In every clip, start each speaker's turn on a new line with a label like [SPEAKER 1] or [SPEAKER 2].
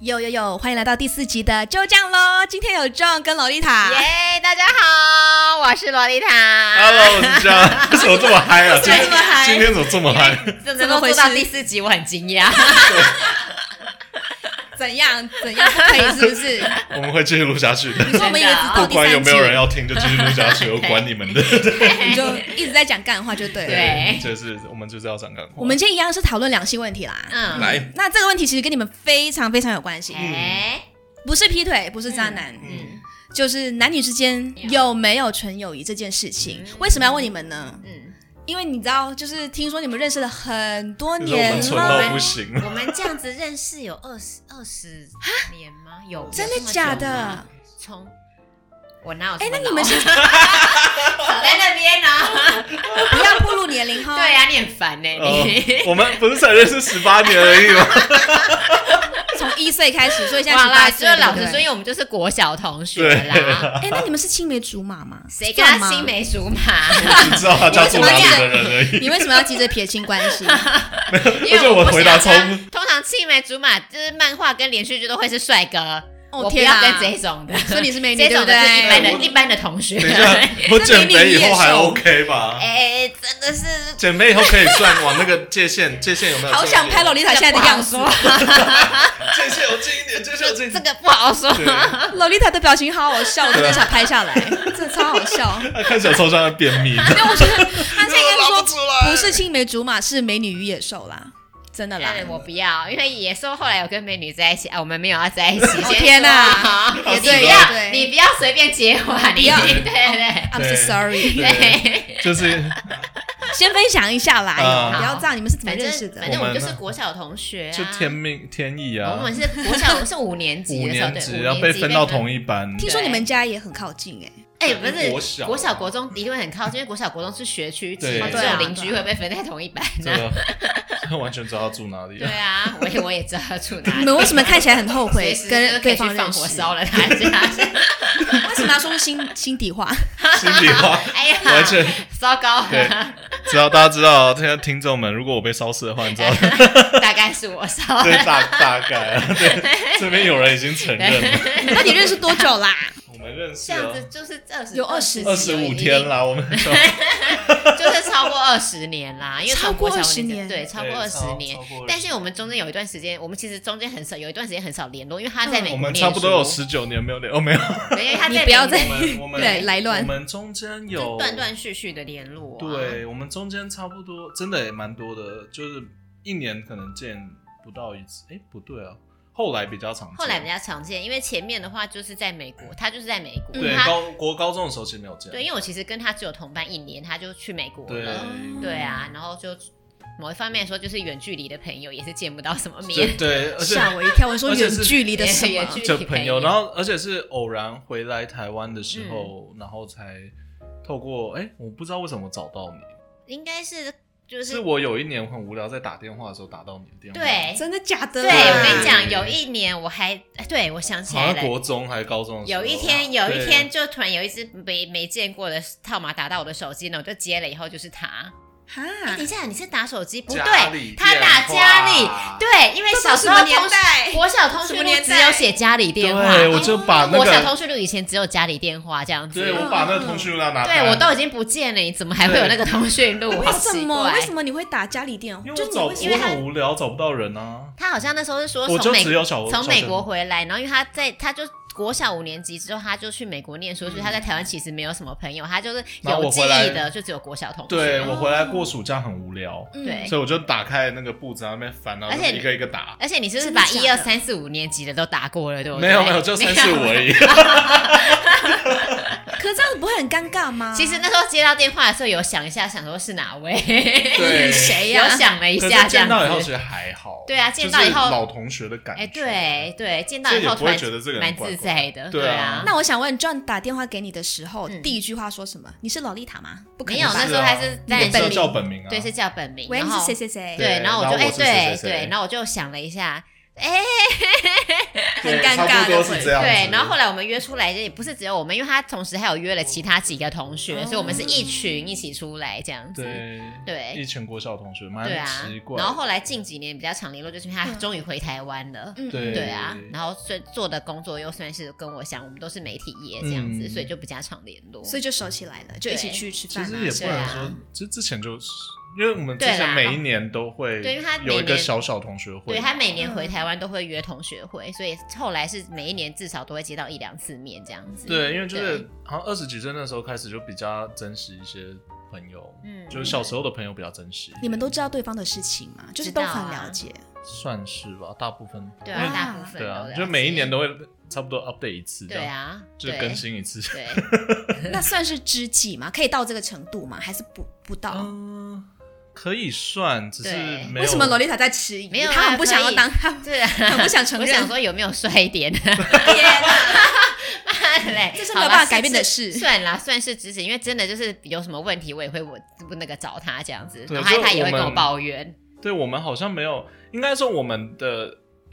[SPEAKER 1] 有有有，欢迎来到第四集的就这样喽。今天有 John 跟洛丽塔，
[SPEAKER 2] 耶大家好，我是洛丽塔。
[SPEAKER 3] Hello，我是 John，为什么这么嗨啊？今
[SPEAKER 1] 为什么这么嗨
[SPEAKER 3] 今天怎么这么嗨？
[SPEAKER 2] 怎
[SPEAKER 1] 怎
[SPEAKER 2] 么
[SPEAKER 1] 么
[SPEAKER 2] 能
[SPEAKER 1] 回事
[SPEAKER 2] 够做到第四集？我很惊讶。
[SPEAKER 1] 怎样怎样不可以是不 是？
[SPEAKER 3] 我们会继续录下去的，
[SPEAKER 1] 你说我们一直到
[SPEAKER 3] 不
[SPEAKER 1] 第三
[SPEAKER 3] 管
[SPEAKER 1] 集，
[SPEAKER 3] 有没有人要听，就继续录下去，我管你们的。
[SPEAKER 1] 你就一直在讲干话就对了。
[SPEAKER 2] 对
[SPEAKER 3] 就是我们就是要讲干货。
[SPEAKER 1] 我们今天一样是讨论两性问题啦。
[SPEAKER 2] 嗯，
[SPEAKER 3] 来，
[SPEAKER 1] 那这个问题其实跟你们非常非常有关系，
[SPEAKER 2] 哎，
[SPEAKER 1] 不是劈腿，不是渣男，
[SPEAKER 2] 嗯
[SPEAKER 1] 就是男女之间有没有纯友谊这件事情。
[SPEAKER 2] 嗯
[SPEAKER 1] 为什么要问你们呢？
[SPEAKER 2] 嗯，
[SPEAKER 1] 因为你知道，就是听说你们认识了很多
[SPEAKER 3] 就是我
[SPEAKER 1] 年
[SPEAKER 3] 们蠢到
[SPEAKER 1] 了，
[SPEAKER 3] 不行，
[SPEAKER 2] 嗯我们这样子认识有二十二十年吗？有，
[SPEAKER 1] 真
[SPEAKER 2] 有这
[SPEAKER 1] 的
[SPEAKER 2] 么久
[SPEAKER 1] 假
[SPEAKER 2] 吗
[SPEAKER 1] 的？？
[SPEAKER 2] 从我哪有这
[SPEAKER 1] 哎
[SPEAKER 2] 么，老？
[SPEAKER 1] 那你们是
[SPEAKER 2] 少 在那边呢？
[SPEAKER 1] 不要步入年龄哈？
[SPEAKER 2] 对啊呀，你很烦欸呢，
[SPEAKER 3] 呃
[SPEAKER 2] 你。
[SPEAKER 3] 我们不是才认识十八年而已吗？
[SPEAKER 1] 从一岁开始，所以现在
[SPEAKER 2] 哇
[SPEAKER 1] 十八
[SPEAKER 2] 啦，
[SPEAKER 1] 岁，
[SPEAKER 2] 就
[SPEAKER 1] 对
[SPEAKER 2] 是老
[SPEAKER 1] 不
[SPEAKER 2] 实
[SPEAKER 1] 对
[SPEAKER 2] 说，因为我们就是国小同学
[SPEAKER 3] 对
[SPEAKER 2] 啦。
[SPEAKER 1] 哎、那你们是青梅竹马吗？
[SPEAKER 2] 谁跟他
[SPEAKER 1] 算吗
[SPEAKER 2] 青？梅竹马？
[SPEAKER 3] 只知道他家住哪里的人而已。
[SPEAKER 1] 你为什么要急着撇清关 系？
[SPEAKER 2] 因
[SPEAKER 3] 而且
[SPEAKER 2] 为
[SPEAKER 3] 我
[SPEAKER 2] 不
[SPEAKER 3] 回答
[SPEAKER 2] 想
[SPEAKER 3] 超
[SPEAKER 2] 当通常青梅竹马就是漫画跟连续剧都会是帅哥，
[SPEAKER 1] 哦
[SPEAKER 2] 我不
[SPEAKER 1] 天
[SPEAKER 2] 要
[SPEAKER 1] 啊
[SPEAKER 2] 跟这种的，
[SPEAKER 1] 所以你是 美女
[SPEAKER 2] 这
[SPEAKER 1] 对不
[SPEAKER 2] 种的是一
[SPEAKER 1] 对？
[SPEAKER 2] 般的
[SPEAKER 3] 我
[SPEAKER 2] 一般的同学。
[SPEAKER 3] 等 一下，我减肥以后还 OK 吧？
[SPEAKER 2] 哎，真的是
[SPEAKER 3] 减肥以后可以算往那个界限，界限有没有？
[SPEAKER 1] 好想拍洛丽塔现在的样子，
[SPEAKER 3] 界限有近一点，界限有近一
[SPEAKER 2] 这
[SPEAKER 3] 点。
[SPEAKER 2] 个不好说。
[SPEAKER 3] 对，
[SPEAKER 1] 洛丽塔的表情好好笑，我都
[SPEAKER 3] 啊
[SPEAKER 1] 很想拍下来，真的超好笑。
[SPEAKER 3] 他看起来超像在便秘的。
[SPEAKER 1] 因为我觉得他现在应该
[SPEAKER 3] 拉
[SPEAKER 1] 说
[SPEAKER 3] 不出来
[SPEAKER 1] 不是青梅竹马，是美女与野兽啦，真的啦
[SPEAKER 2] 但。是哎我不要，因为野兽后来有跟美女在一起啊，我们没有要在 一起。先说
[SPEAKER 1] 哦天 哪
[SPEAKER 2] 好
[SPEAKER 1] 也
[SPEAKER 2] 你
[SPEAKER 1] 对
[SPEAKER 2] 不
[SPEAKER 1] 也
[SPEAKER 2] 要，
[SPEAKER 1] 对
[SPEAKER 2] 你不要随便结婚，你
[SPEAKER 1] 要哦
[SPEAKER 2] 对对
[SPEAKER 1] I'm so sorry。
[SPEAKER 3] 对，
[SPEAKER 2] 哎
[SPEAKER 3] 就是
[SPEAKER 1] 先分享一下啦，哎
[SPEAKER 3] 嗯
[SPEAKER 1] 不要这样。你们是怎么
[SPEAKER 2] 反
[SPEAKER 1] 认
[SPEAKER 2] 正
[SPEAKER 1] 识的
[SPEAKER 2] 反？正我们就是
[SPEAKER 3] 我们
[SPEAKER 2] 国小同学啊，哦
[SPEAKER 3] 就天命天意啊，
[SPEAKER 2] 我们是国 小，我们是五年级
[SPEAKER 3] 五
[SPEAKER 2] 的时候，
[SPEAKER 3] 年
[SPEAKER 2] 对，
[SPEAKER 3] 级
[SPEAKER 2] 五
[SPEAKER 3] 要被
[SPEAKER 2] 级
[SPEAKER 3] 分到同一班，
[SPEAKER 1] 听说你们家也很靠近哎，
[SPEAKER 2] 哎、不是
[SPEAKER 3] 国小啊
[SPEAKER 2] 国小国中的确会很靠近，因为国小国中是学区制，
[SPEAKER 3] 对
[SPEAKER 2] 只
[SPEAKER 1] 对啊
[SPEAKER 2] 有邻居会被分在同一班
[SPEAKER 3] 这
[SPEAKER 2] 啊。
[SPEAKER 3] 个 完全知道他住哪里
[SPEAKER 2] 对
[SPEAKER 3] 啊。
[SPEAKER 2] 啊，我也我也知道他住哪
[SPEAKER 1] 你
[SPEAKER 2] 里
[SPEAKER 1] 们。为什么看起来很后悔
[SPEAKER 2] 随时
[SPEAKER 1] 跟
[SPEAKER 2] 就可
[SPEAKER 1] 对
[SPEAKER 2] 以
[SPEAKER 1] 方
[SPEAKER 2] 去
[SPEAKER 1] 认
[SPEAKER 2] 放火
[SPEAKER 1] 识？
[SPEAKER 2] 烧了他家。
[SPEAKER 1] 为什么要说出心心底话？
[SPEAKER 3] 心里 话，
[SPEAKER 2] 哎呀，
[SPEAKER 3] 完全
[SPEAKER 2] 糟糕
[SPEAKER 3] 对
[SPEAKER 2] 了，
[SPEAKER 3] 知道大家知道，现在听众们，如果我被烧死的话，你知道，
[SPEAKER 2] 哎大概是我烧
[SPEAKER 3] 对
[SPEAKER 2] 了。
[SPEAKER 3] 大大概啊，对，这边有人已经承认了，
[SPEAKER 1] 那你认识多久啦？
[SPEAKER 3] 我们认识
[SPEAKER 2] 这样子
[SPEAKER 3] 了
[SPEAKER 2] 就是二十
[SPEAKER 1] 有20
[SPEAKER 3] 二十五天，啦，我们就对
[SPEAKER 2] 就是超过二十年啦，因为
[SPEAKER 1] 超
[SPEAKER 2] 从
[SPEAKER 1] 过
[SPEAKER 2] 国小
[SPEAKER 1] 20
[SPEAKER 2] 我们
[SPEAKER 1] 年
[SPEAKER 2] 对，超过二十年。
[SPEAKER 3] 超过20
[SPEAKER 2] 但是我们中间有一段时间，我们其实中间很少，有一段时间很少联络，因为他在美
[SPEAKER 3] 嗯我
[SPEAKER 2] 国
[SPEAKER 3] 们
[SPEAKER 2] 念书，
[SPEAKER 3] 差不多有十九年没有联，哦，没有，
[SPEAKER 2] 对，因为他
[SPEAKER 1] 你
[SPEAKER 2] 在
[SPEAKER 1] 不要
[SPEAKER 2] 美国
[SPEAKER 1] 再
[SPEAKER 3] 我们我 们
[SPEAKER 1] 对来乱
[SPEAKER 3] 我们中间有
[SPEAKER 2] 就断断续续的联络、啊。
[SPEAKER 3] 对我们中间差不多，真的也蛮多的，就是一年可能见不到一次。哎，不对啊，后来比较常见。
[SPEAKER 2] 后来比较常见，因为前面的话就是在美国，他就是在美国，
[SPEAKER 3] 对
[SPEAKER 2] 嗯他
[SPEAKER 3] 高国高中的时候其实没有见。
[SPEAKER 2] 对，因为我其实跟他只有同班一年，他就去美国
[SPEAKER 3] 对
[SPEAKER 2] 了，对啊，然后就某一方面说，就是远距离的朋友也是见不到什么面
[SPEAKER 3] 就，对，而 且
[SPEAKER 1] 吓我一跳！我说
[SPEAKER 3] 而且
[SPEAKER 1] 远
[SPEAKER 3] 是
[SPEAKER 1] 距 离的
[SPEAKER 2] 也
[SPEAKER 1] 什
[SPEAKER 2] 也
[SPEAKER 1] 么？
[SPEAKER 2] 距离
[SPEAKER 3] 就
[SPEAKER 2] 朋
[SPEAKER 3] 朋友，然后而且是偶然回来台湾的
[SPEAKER 2] 嗯
[SPEAKER 3] 时候，然后才透过哎，我不知道为什么找到你，
[SPEAKER 2] 应该是就是
[SPEAKER 3] 我有一年很无聊在打电话的时候打到你的电话，，
[SPEAKER 2] 对
[SPEAKER 1] 真的假的
[SPEAKER 2] 对，
[SPEAKER 1] 啦？
[SPEAKER 2] 我跟你讲，有一年我还对我想起来
[SPEAKER 3] 好像
[SPEAKER 2] 了。
[SPEAKER 3] 国中还是高中的时候
[SPEAKER 2] 有
[SPEAKER 3] 啊，
[SPEAKER 2] 一天，有一
[SPEAKER 3] 对
[SPEAKER 2] 天就突然有一只没没见过的号码打到我的手机呢，我就接了，以后就是他。哎
[SPEAKER 1] 哈
[SPEAKER 2] 等一，下，你是打手机？不
[SPEAKER 3] 啊家里
[SPEAKER 2] 对，他打
[SPEAKER 3] 电话
[SPEAKER 2] 家里。对，因为小时候
[SPEAKER 1] 啊这都什么
[SPEAKER 2] 同
[SPEAKER 1] 年代
[SPEAKER 2] 国小通讯录只有写家里电话，
[SPEAKER 3] 对，我就把那
[SPEAKER 2] 国小通
[SPEAKER 3] 个，
[SPEAKER 2] 讯录以前只有家里电话这样子。
[SPEAKER 3] 对我把那个通讯录拿
[SPEAKER 2] 对
[SPEAKER 3] 开
[SPEAKER 2] 我都已经不见了，你怎么还会有那个通讯录？
[SPEAKER 1] 为
[SPEAKER 2] 好
[SPEAKER 1] 什
[SPEAKER 2] 奇
[SPEAKER 1] 么？
[SPEAKER 2] 怪
[SPEAKER 1] 为。什么你会打家里电话？
[SPEAKER 3] 因为
[SPEAKER 1] 就
[SPEAKER 3] 我
[SPEAKER 1] 你
[SPEAKER 3] 找
[SPEAKER 1] 为什
[SPEAKER 3] 我
[SPEAKER 1] 么
[SPEAKER 3] 很无聊，找不到人啊。
[SPEAKER 2] 他好像那时候是说
[SPEAKER 3] 我就
[SPEAKER 2] 从美
[SPEAKER 3] 只有小
[SPEAKER 2] 从美国
[SPEAKER 3] 回
[SPEAKER 2] 回来，然后因为他在他就。国小五年级之后，他就去美国念书，所以他在台湾其实没有什么朋友，他就是
[SPEAKER 3] 然后
[SPEAKER 2] 有
[SPEAKER 3] 我
[SPEAKER 2] 记
[SPEAKER 3] 回来
[SPEAKER 2] 忆的，就只有国小同学。
[SPEAKER 3] 对我回
[SPEAKER 2] 哦
[SPEAKER 3] 来过暑假很无聊，
[SPEAKER 1] 嗯
[SPEAKER 2] 对
[SPEAKER 3] 所以我就打开那个簿子，然后那边翻，然后
[SPEAKER 2] 而且
[SPEAKER 3] 就一个一个打。
[SPEAKER 2] 而且你是不是
[SPEAKER 1] 真的
[SPEAKER 2] 把
[SPEAKER 1] 假的
[SPEAKER 2] 一二三四五年级的都打过了，对不对？
[SPEAKER 3] 没有没有，就三四五
[SPEAKER 2] 没有
[SPEAKER 3] 而已。
[SPEAKER 1] 可是这样子不会很尴尬吗？
[SPEAKER 2] 其实那时候接到电话的时候，有想一下，想说是哪位，
[SPEAKER 3] 对，
[SPEAKER 1] 谁哎呀
[SPEAKER 2] 有？想了一
[SPEAKER 3] 可
[SPEAKER 2] 下
[SPEAKER 3] 是
[SPEAKER 2] 这样
[SPEAKER 3] 见到以后其
[SPEAKER 2] 子。
[SPEAKER 3] 实还好。
[SPEAKER 2] 对啊见到以后
[SPEAKER 3] 就是老同学的感觉。
[SPEAKER 2] 哎，。对对，见到
[SPEAKER 3] 所以
[SPEAKER 2] 以
[SPEAKER 3] 也
[SPEAKER 2] 后
[SPEAKER 3] 不
[SPEAKER 2] 突
[SPEAKER 3] 会
[SPEAKER 2] 然
[SPEAKER 3] 觉得这个人
[SPEAKER 2] 蛮
[SPEAKER 3] 怪
[SPEAKER 2] 自
[SPEAKER 3] 怪
[SPEAKER 2] 在的，
[SPEAKER 3] 对啊
[SPEAKER 2] 对啊。
[SPEAKER 1] 那我想问，John 打电话给你的时候，
[SPEAKER 2] 嗯
[SPEAKER 1] 第一句话说什么？你是洛丽塔吗？不可
[SPEAKER 2] 没
[SPEAKER 1] 能
[SPEAKER 2] 有，
[SPEAKER 1] 吧
[SPEAKER 2] 那时候还是
[SPEAKER 1] 你
[SPEAKER 2] 在
[SPEAKER 1] 的本
[SPEAKER 3] 是
[SPEAKER 1] 名
[SPEAKER 3] 叫本名啊。
[SPEAKER 2] 对，是叫本名。
[SPEAKER 1] 喂，
[SPEAKER 2] 然
[SPEAKER 1] 你
[SPEAKER 2] 后
[SPEAKER 1] 是谁谁谁？
[SPEAKER 2] 对，
[SPEAKER 3] 对
[SPEAKER 2] 然后我就
[SPEAKER 3] 然后
[SPEAKER 2] 哎、
[SPEAKER 3] 我是谁谁
[SPEAKER 2] 对
[SPEAKER 3] 谁
[SPEAKER 2] 对，然后我就想了一下，
[SPEAKER 1] 很
[SPEAKER 4] 对
[SPEAKER 1] 尴
[SPEAKER 4] 差
[SPEAKER 1] 尬
[SPEAKER 4] 不多
[SPEAKER 1] 的
[SPEAKER 4] 是
[SPEAKER 1] 回
[SPEAKER 4] 这样子。
[SPEAKER 2] 对，然后后来我们约出来，也不是只有我们，因为他同时还有约了其他几个同学，
[SPEAKER 1] 哦
[SPEAKER 2] 所以我们是一群一起出来这样子。
[SPEAKER 3] 对
[SPEAKER 2] 对
[SPEAKER 3] 一群国小同学蛮
[SPEAKER 2] 对啊
[SPEAKER 3] 奇，怪的。
[SPEAKER 2] 然后后来近几年比较常联络，就是因为他终于回台湾了。
[SPEAKER 1] 嗯
[SPEAKER 3] 对
[SPEAKER 2] 对啊，然后所以做的工作又算是跟我想，我们都是媒体业这样子，
[SPEAKER 3] 嗯
[SPEAKER 2] 所以就比较常联络。
[SPEAKER 1] 所以就熟起来了，就一起
[SPEAKER 2] 对
[SPEAKER 1] 去吃饭、
[SPEAKER 3] 其
[SPEAKER 1] 啊。
[SPEAKER 3] 实也不
[SPEAKER 1] 对
[SPEAKER 3] 能
[SPEAKER 1] 啊
[SPEAKER 3] 说，之、之前就是因为我们之
[SPEAKER 2] 对
[SPEAKER 3] 前
[SPEAKER 2] 啦哦
[SPEAKER 3] 每一年都会
[SPEAKER 2] 对因为他每
[SPEAKER 3] 有一个
[SPEAKER 2] 年
[SPEAKER 3] 小小同学会，
[SPEAKER 2] 对他每年回台湾都会约同学会，所以后来是每一年至少都会接到一两次面这样子。
[SPEAKER 3] 对，因为就
[SPEAKER 2] 对
[SPEAKER 3] 是好像二十几岁那时候开始就比较珍惜一些朋友，
[SPEAKER 2] 嗯
[SPEAKER 3] 就是小时候的朋友比较珍惜，
[SPEAKER 1] 你们都知道对方的事情吗？就是
[SPEAKER 2] 知道
[SPEAKER 1] 都
[SPEAKER 2] 啊
[SPEAKER 1] 很了解，
[SPEAKER 3] 算是吧，大部分
[SPEAKER 2] 对啊，
[SPEAKER 1] 哇
[SPEAKER 2] 大部分
[SPEAKER 3] 对啊
[SPEAKER 2] 都了，解
[SPEAKER 3] 就每一年都会差不多 update 一次，
[SPEAKER 2] 对，啊，
[SPEAKER 3] 就是
[SPEAKER 2] 对
[SPEAKER 3] 更新一次。
[SPEAKER 2] 对，
[SPEAKER 1] 那算是知己吗？可以到这个程度吗？还是不不到？
[SPEAKER 3] 嗯，可以算，只是
[SPEAKER 2] 对
[SPEAKER 3] 没
[SPEAKER 1] 为
[SPEAKER 3] 有
[SPEAKER 1] 什么洛丽塔在迟疑？
[SPEAKER 2] 没有啊
[SPEAKER 1] 她很不想要
[SPEAKER 2] 可以
[SPEAKER 1] 当，她
[SPEAKER 2] 对啊，
[SPEAKER 1] 很不想承
[SPEAKER 2] 我
[SPEAKER 1] 认。
[SPEAKER 2] 想说有没有帅一 点？嘞，
[SPEAKER 1] 这是
[SPEAKER 2] 好
[SPEAKER 1] 没有
[SPEAKER 2] 吧
[SPEAKER 1] 办法改变的
[SPEAKER 2] 是
[SPEAKER 1] 事
[SPEAKER 2] 算啦，算是支持，因为真的就是有什么问题，我也会我那个找他这样子，
[SPEAKER 3] 对
[SPEAKER 2] 然后他
[SPEAKER 3] 就
[SPEAKER 2] 他也
[SPEAKER 3] 我
[SPEAKER 2] 会跟
[SPEAKER 3] 们
[SPEAKER 2] 我抱怨。
[SPEAKER 3] 对我们好像没有，应该说我们的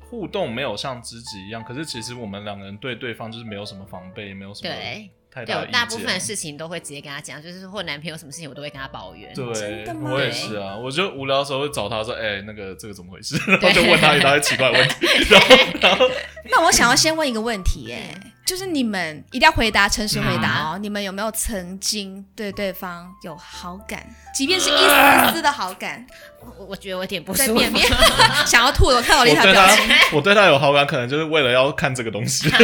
[SPEAKER 3] 互动没有像知己一样，可是其实我们两个人对对方就是没有什么防备，没有什么
[SPEAKER 2] 对
[SPEAKER 3] 太
[SPEAKER 2] 对
[SPEAKER 3] 大
[SPEAKER 2] 我
[SPEAKER 3] 的意见。
[SPEAKER 2] 大部分的事情都会直接跟他讲，就是或男朋友什么事情我都会跟他抱怨。
[SPEAKER 1] 真的
[SPEAKER 3] 对，
[SPEAKER 1] 吗
[SPEAKER 3] 我也是啊，我就无聊的时候会找他说，哎、那个这个怎么回事？ 然后就问他一大堆奇怪的问题，然后然后
[SPEAKER 1] 那我想要先问一个问题、哎，
[SPEAKER 2] 嗯
[SPEAKER 1] 就是你们一定要回答，诚实回答哦。
[SPEAKER 3] 嗯
[SPEAKER 1] 你们有没有曾经对对方有好感，即便是一
[SPEAKER 3] 啊
[SPEAKER 1] 丝丝的好感？
[SPEAKER 2] 我我觉得我有点不
[SPEAKER 1] 在
[SPEAKER 2] 舒服
[SPEAKER 1] 便。便想要吐了，我看洛
[SPEAKER 3] 我
[SPEAKER 1] 丽
[SPEAKER 3] 对
[SPEAKER 1] 塔表
[SPEAKER 3] 他
[SPEAKER 1] 情，
[SPEAKER 3] 我对他有好感，可能就是为了要看这个东西。
[SPEAKER 1] 什